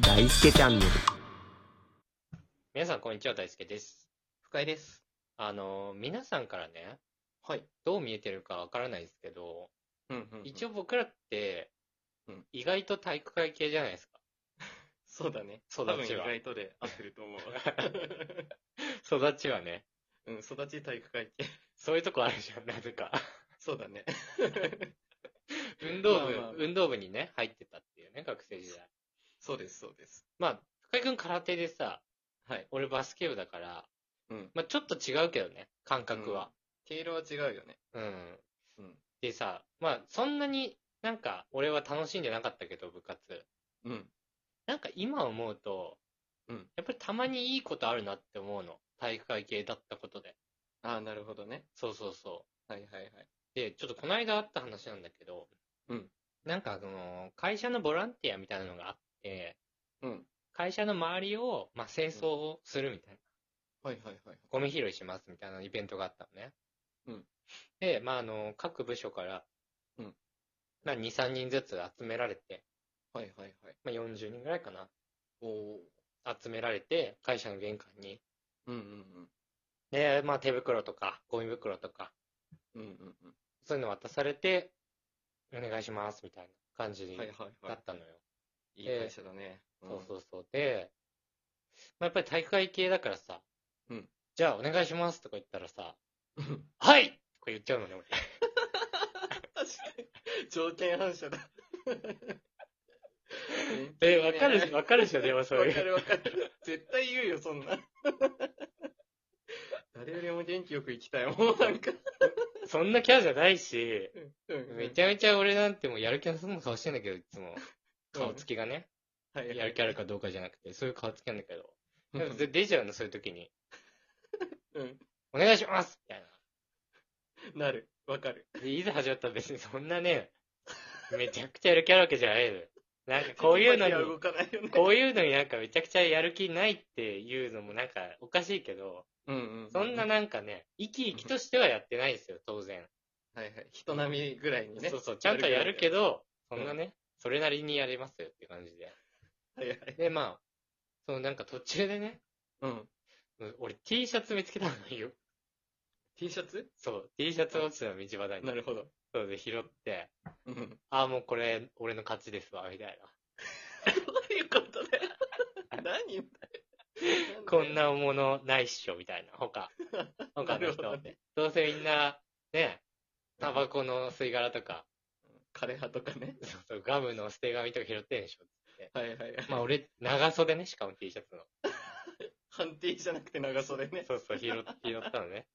大輔チャンネル。皆さん、こんにちは。大輔です。深井です。あの、皆さんからね、はい。どう見えてるかわからないですけど、うん、うん。一一応、応僕らってうん、意外と体育会系じゃないですか。そうだね。育多分意ちは。外とで合ってると思う。育ちはね。 うん、育ち体育会系。 そういうとこあるじゃん、なぜか。そうだ ね。運動部、まあまあ運動部にね、入ってたっていうね、学生時代。そうです、そうです。まあ、深井くん空手でさ、はい。俺バスケ部だから、うん。まあちょっと違うけどね、感覚は。毛色は違うよね。うん。うん。でさ、まあそんなになんか俺は楽しんでなかったけど、部活。うん。なんか今思うと、うんやっぱりたまにいいことあるなって思うの。体育会系だったことで。ああ、なるほどね。そうそうそはいはいはい。う。で、ちょっとこの間あった話なんだけど、うんなんかその、会社のボランティアみたいなのがあって、うん。会社の周りを、まあ、清掃をするみたいな。はいはいはい。ゴミ拾いしますみたいなイベントがあったのね。うんで、まあ、あの、各部署から、うんまあ、2、3人ずつ集められて、はいはいはい。まあ、40人ぐらいかな。おお。集められて、会社の玄関に。うんうんで、まあ、手袋とか、ゴミ袋とか、うん。うんうんうそういうの渡されて、お願いします、みたいな感じん。はいはいだはったのよ。い。いい会社だね。。そうそううそう。で、まあ、やっぱり体育会系だからさ、うんじゃあお願いしますとか言ったらさ、確はいとか言っちゃうのね、俺。かに。 条件反 射だ。え、わかる、わかるでしょ、でもそうわいかう。るわかる。絶対言うよ、そん な。誰よりも元気よく行きたい。もうなんか。そんなキャラじゃないし、めめちゃめちゃ俺なんてもうやる気のすの顔してんだけど、いつも。顔つきがね、ゃ、はいやる気あるかどうかじゃなくて、そういう顔つきなんだけど。でも絶出ちゃうの、そういう時に。うん。お願いしますみたいな。なる。わかる。で、いざ始まったら別にそんなね、めちゃくちゃやる気あるわけじゃないのよ。なんかこういうの手はに、動かないよね。こういうのになんかめちゃくちゃやる気ないっていうのもなんかおかしいけど、うんうん。そんなはいなんかね、生き生きとしてはやってないですよ、当然。はい。人並みぐらいにね。そうそう、ちゃんとやるけど。ど、そやるんぐらないね、それなりにやれますよって感じで。はいはい。で、まあ、そのなんか途中でね、うん。俺 T シャツ見つけたのよ。 T シャツそう、T シャツ落ちてたの、道端に。なるほど。そうで拾って、うん。どああ、もうこれ、俺の勝ちですわ、みたいな。ういうことだよ。何言ったこん。なものないっしょ、みたいな、 他。他なのるほ人。どどね。うせみんな、ね、タバコの吸い殻とか、枯葉とかね。そうそうガムの捨て紙とか拾ってんでしょ。はいはいはい。まあ俺、長袖ね、しかも T シャツの。判定じゃなくて長袖ね。そうそう、拾 っ拾ったのね。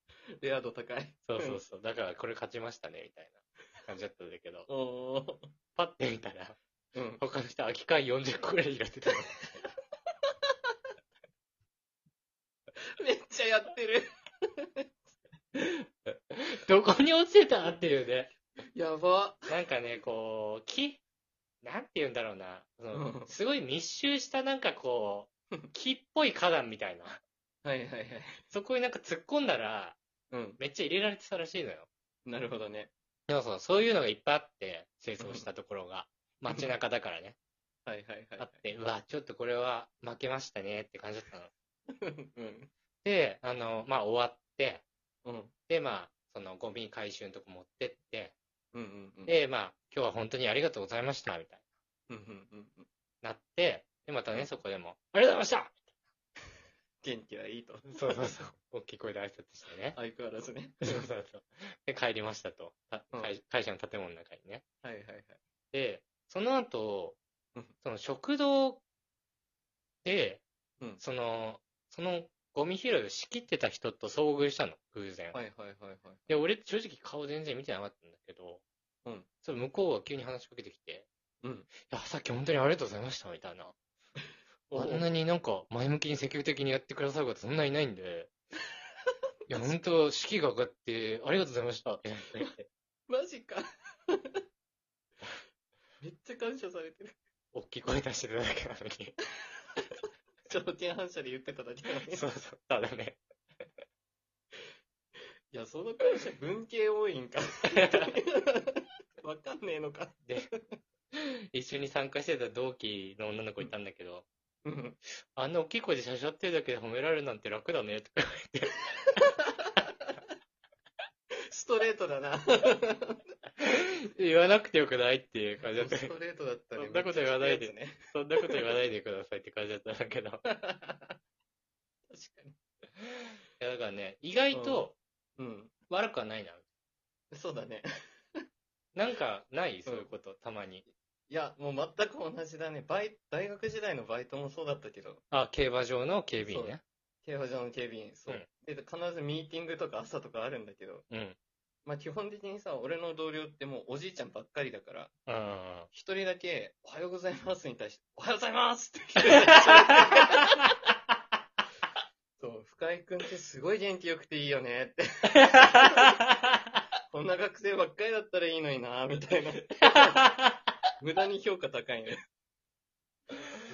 レア度高い。そうそうそう。だからこれ勝ちましたね、みたいな感じだったんだけど、おー。パッて見たら、うん。他の人空き缶40個ぐらい拾って たの。 めっちゃやってる。どこに落ちてたっていうね。やば。なんかね、こう、木なんて言うんだろうな。そのうんすごい密集したなんかこう、木っぽい花壇みたいな。はいはいはい。そこになんか突っ込んだら、うん。めっちゃ入れられてたらしいのよ。なるほどね。でもそう、そういうのがいっぱいあって、清掃したところが。街中だからね。はいはいあはって、うわ、ちょっとこれは負けましたねって感じだったの。い。うん。で、あの、まあ終わって、うん。で、まあ、そのゴミ回収のとこ持ってって、うんうんうん。で、まあ、今日は本当にありがとうございました、みたいうんうんうんうん。な。なって、で、またね、そこでも、ありがとうございました元気はいいと。そうそうそう。 大きい声で挨拶してね。相変わらずね。 そうそうそう。で、帰りましたと。たうん会会社の建物の中にね。はいはいはい。で、その後うん、その食堂で、うんその、そのゴミ拾いを仕切ってた人と遭遇したの、偶然。はいはいはいはい。で、俺正直顔全然見てなかったんだけど、うんその向こうが急に話しかけてきて、うんいや、さっき本当にありがとうございました、み たいな。あんなになんか前向きに積極的にやってくださる方そんなにいないん で、いや、本当士気が上がって、ありがとうございましたって言って。マジか。 めっちゃ感謝されてる。大きい声出してただけなのに。条件反射で言ってただけなの に。そうそう、ただね。いや、その会社文系多いんか。 わかんねえのか。一緒に参加してた同期の女の子いたんだけど、うん。あんな大きい声でしゃしゃってるだけで褒められるなんて楽だね、とか。ストレートだ な。言わなくてよくないっていう感じだった。ストレートだったね。そんなこと言わないでめっちゃ聞くやつね。そんなこと言わないでくださいって感じだったんだけ ど。確かに。いや、だからね、意外とうん。悪くはないな。そうだね。なんか、ないそういうこと、たまに。いや、もう全く同じだね。バイ大学時代のバイトもそうだったけど、あ、競馬場の警備員ね。競馬場の警備員、そう。うんで、必ずミーティングとか朝とかあるんだけど、うん。まあ基本的にさ、俺の同僚ってもうおじいちゃんばっかりだから、うん。一人だけ、おはようございますに対して、おはようございますって 一人だけ喋ってるそう、深井くんってすごい元気よくていいよねって。こんな学生ばっかりだったらいいのになみたいな。無駄に評価高 いね。お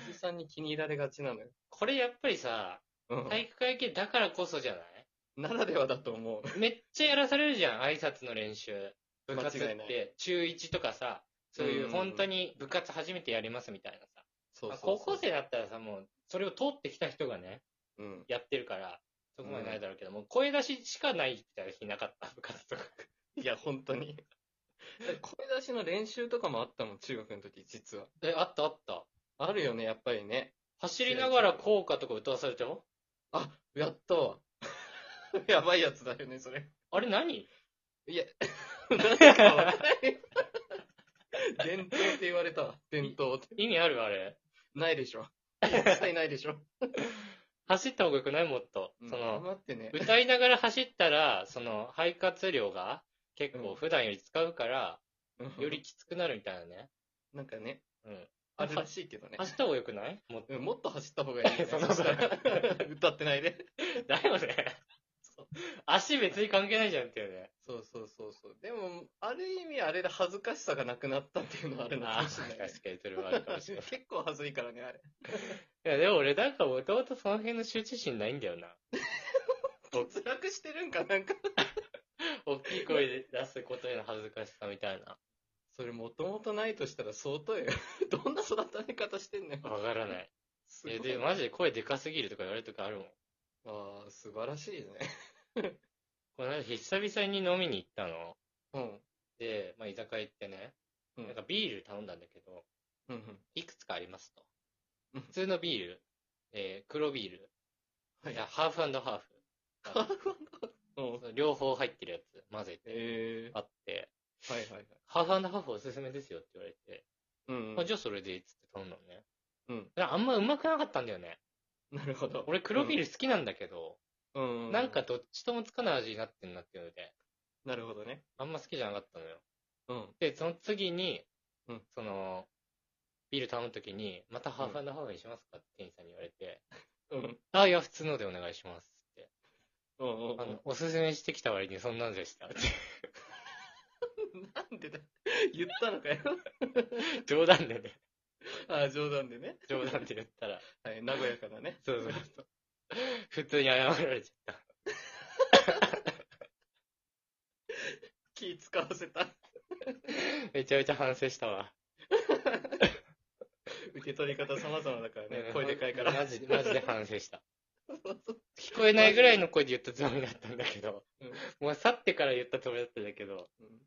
じさんに気に入られがちなのよ。 これやっぱりさ、うん。体育会系だからこそじゃないならではだと思う。めっちゃやらされるじゃん、挨拶の練習。部活っ間違いないて、中1とかさ、そういううん本当に部活初めてやりますみたいなさ。そうまそうあそ高う校生だったらさ、もう、それを通ってきた人がね、うん。やってるから、そこまでないだろうけど、もう声出ししかないみたいな日なかった、部活とか。いや、本当に。声出しの練習とかもあったもん、中学の時、実は。 え、あったあった。あるよね、やっぱりね。走りながら校歌とか歌わされたよ。あ、やったわ。 やばいやつだよね、それ。あれ何いや、なんかわかんない。伝統って言われたわ。伝統って。意味あるあれ。ないでしょ。絶対ないでしょ。走った方が良くないもっと。うんその、頑張ってね。歌いながら走ったら、その、肺活量が結う構ん普段より使うから、よりきつくなるみたいなね。なんかね、うん。あるらしいけどね。走った方が良くないも っと。うんもっと走った方がいい、 ね。そうそうそうしたら歌ってないで。だよね。 足別に関係ないじゃんっていうね。そうそうそうそう。でも、ある意味あれで恥ずかしさがなくなったっていうのはあるのかあもあ、しれない。確かにそれはあるかもしれない。結構恥ずいからね、あれ。いや、でも俺なんかもともとその辺の羞恥心ないんだよな。脱落してるんかなんか。大きい声で出すことへの恥ずかしさみたいな。それもともとないとしたら相当よ。 どんな育たれ方してんのよ。わからない。すごいえ、で、マジで声でかすぎるとか言われるとかあるもん。ああ、素晴らしいね。これなんか久々に飲みに行ったの。うん。で、まあ居酒屋行ってね、うんなんかビール頼んだんだけど、うんうん。いくつかありますとうん。普通のビール、えー黒ビール、はいいや、ハーフハーフ。うん。両方入ってるやつ混ぜてえあって、ー、はいはいはい。ハーフハーフおすすめですよって言われて、うん。あじゃあそれでいいっつって頼んだのね。うん。だからあんまうまくなかったんだよね。なるほど。俺黒ビール好きなんだけど、うん。なんか、どっちともつかない味になってんなっていうので、なるほどね。あんま好きじゃなかったのよ。うん。で、その次に、うんその、ビール頼むときに、またハーフハーフにしますかって店員さんに言われて、うん。あ、いや、普通のでお願いしますって。うんうんうん。あの、おすすめしてきた割にそんなんでしたって。 なんでだ言ったのかよ。冗談でね、ああ、冗談でね。冗談で言ったら、はい、名古屋からね。そうそうそう。普通に謝られちゃっ気使わせた。た。めちゃめちゃ反省したわ。受け取り方様々だからねう。ん声でかいから。マジ で、マジで反省した。そうそう聞こえないぐらいの声で言ったつもりだったんだけど、うんもう去ってから言ったつもりだったんだけど、うん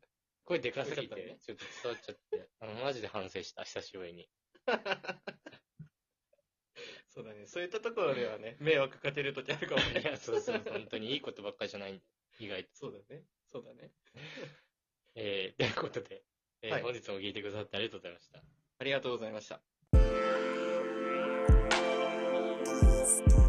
声でかすぎでかかったてね、ちょっと伝わっちゃって、あの、マジで反省した、久しぶり に。そうだね。そういったところではね、迷惑かけるときあるかもいね。や、そうそう、本当にいいことばっかりじゃないんで、意外と。そうだね。そうだね。えー、ということで、えーはい本日も聞いてくださってありがとうございました。ありがとうございました。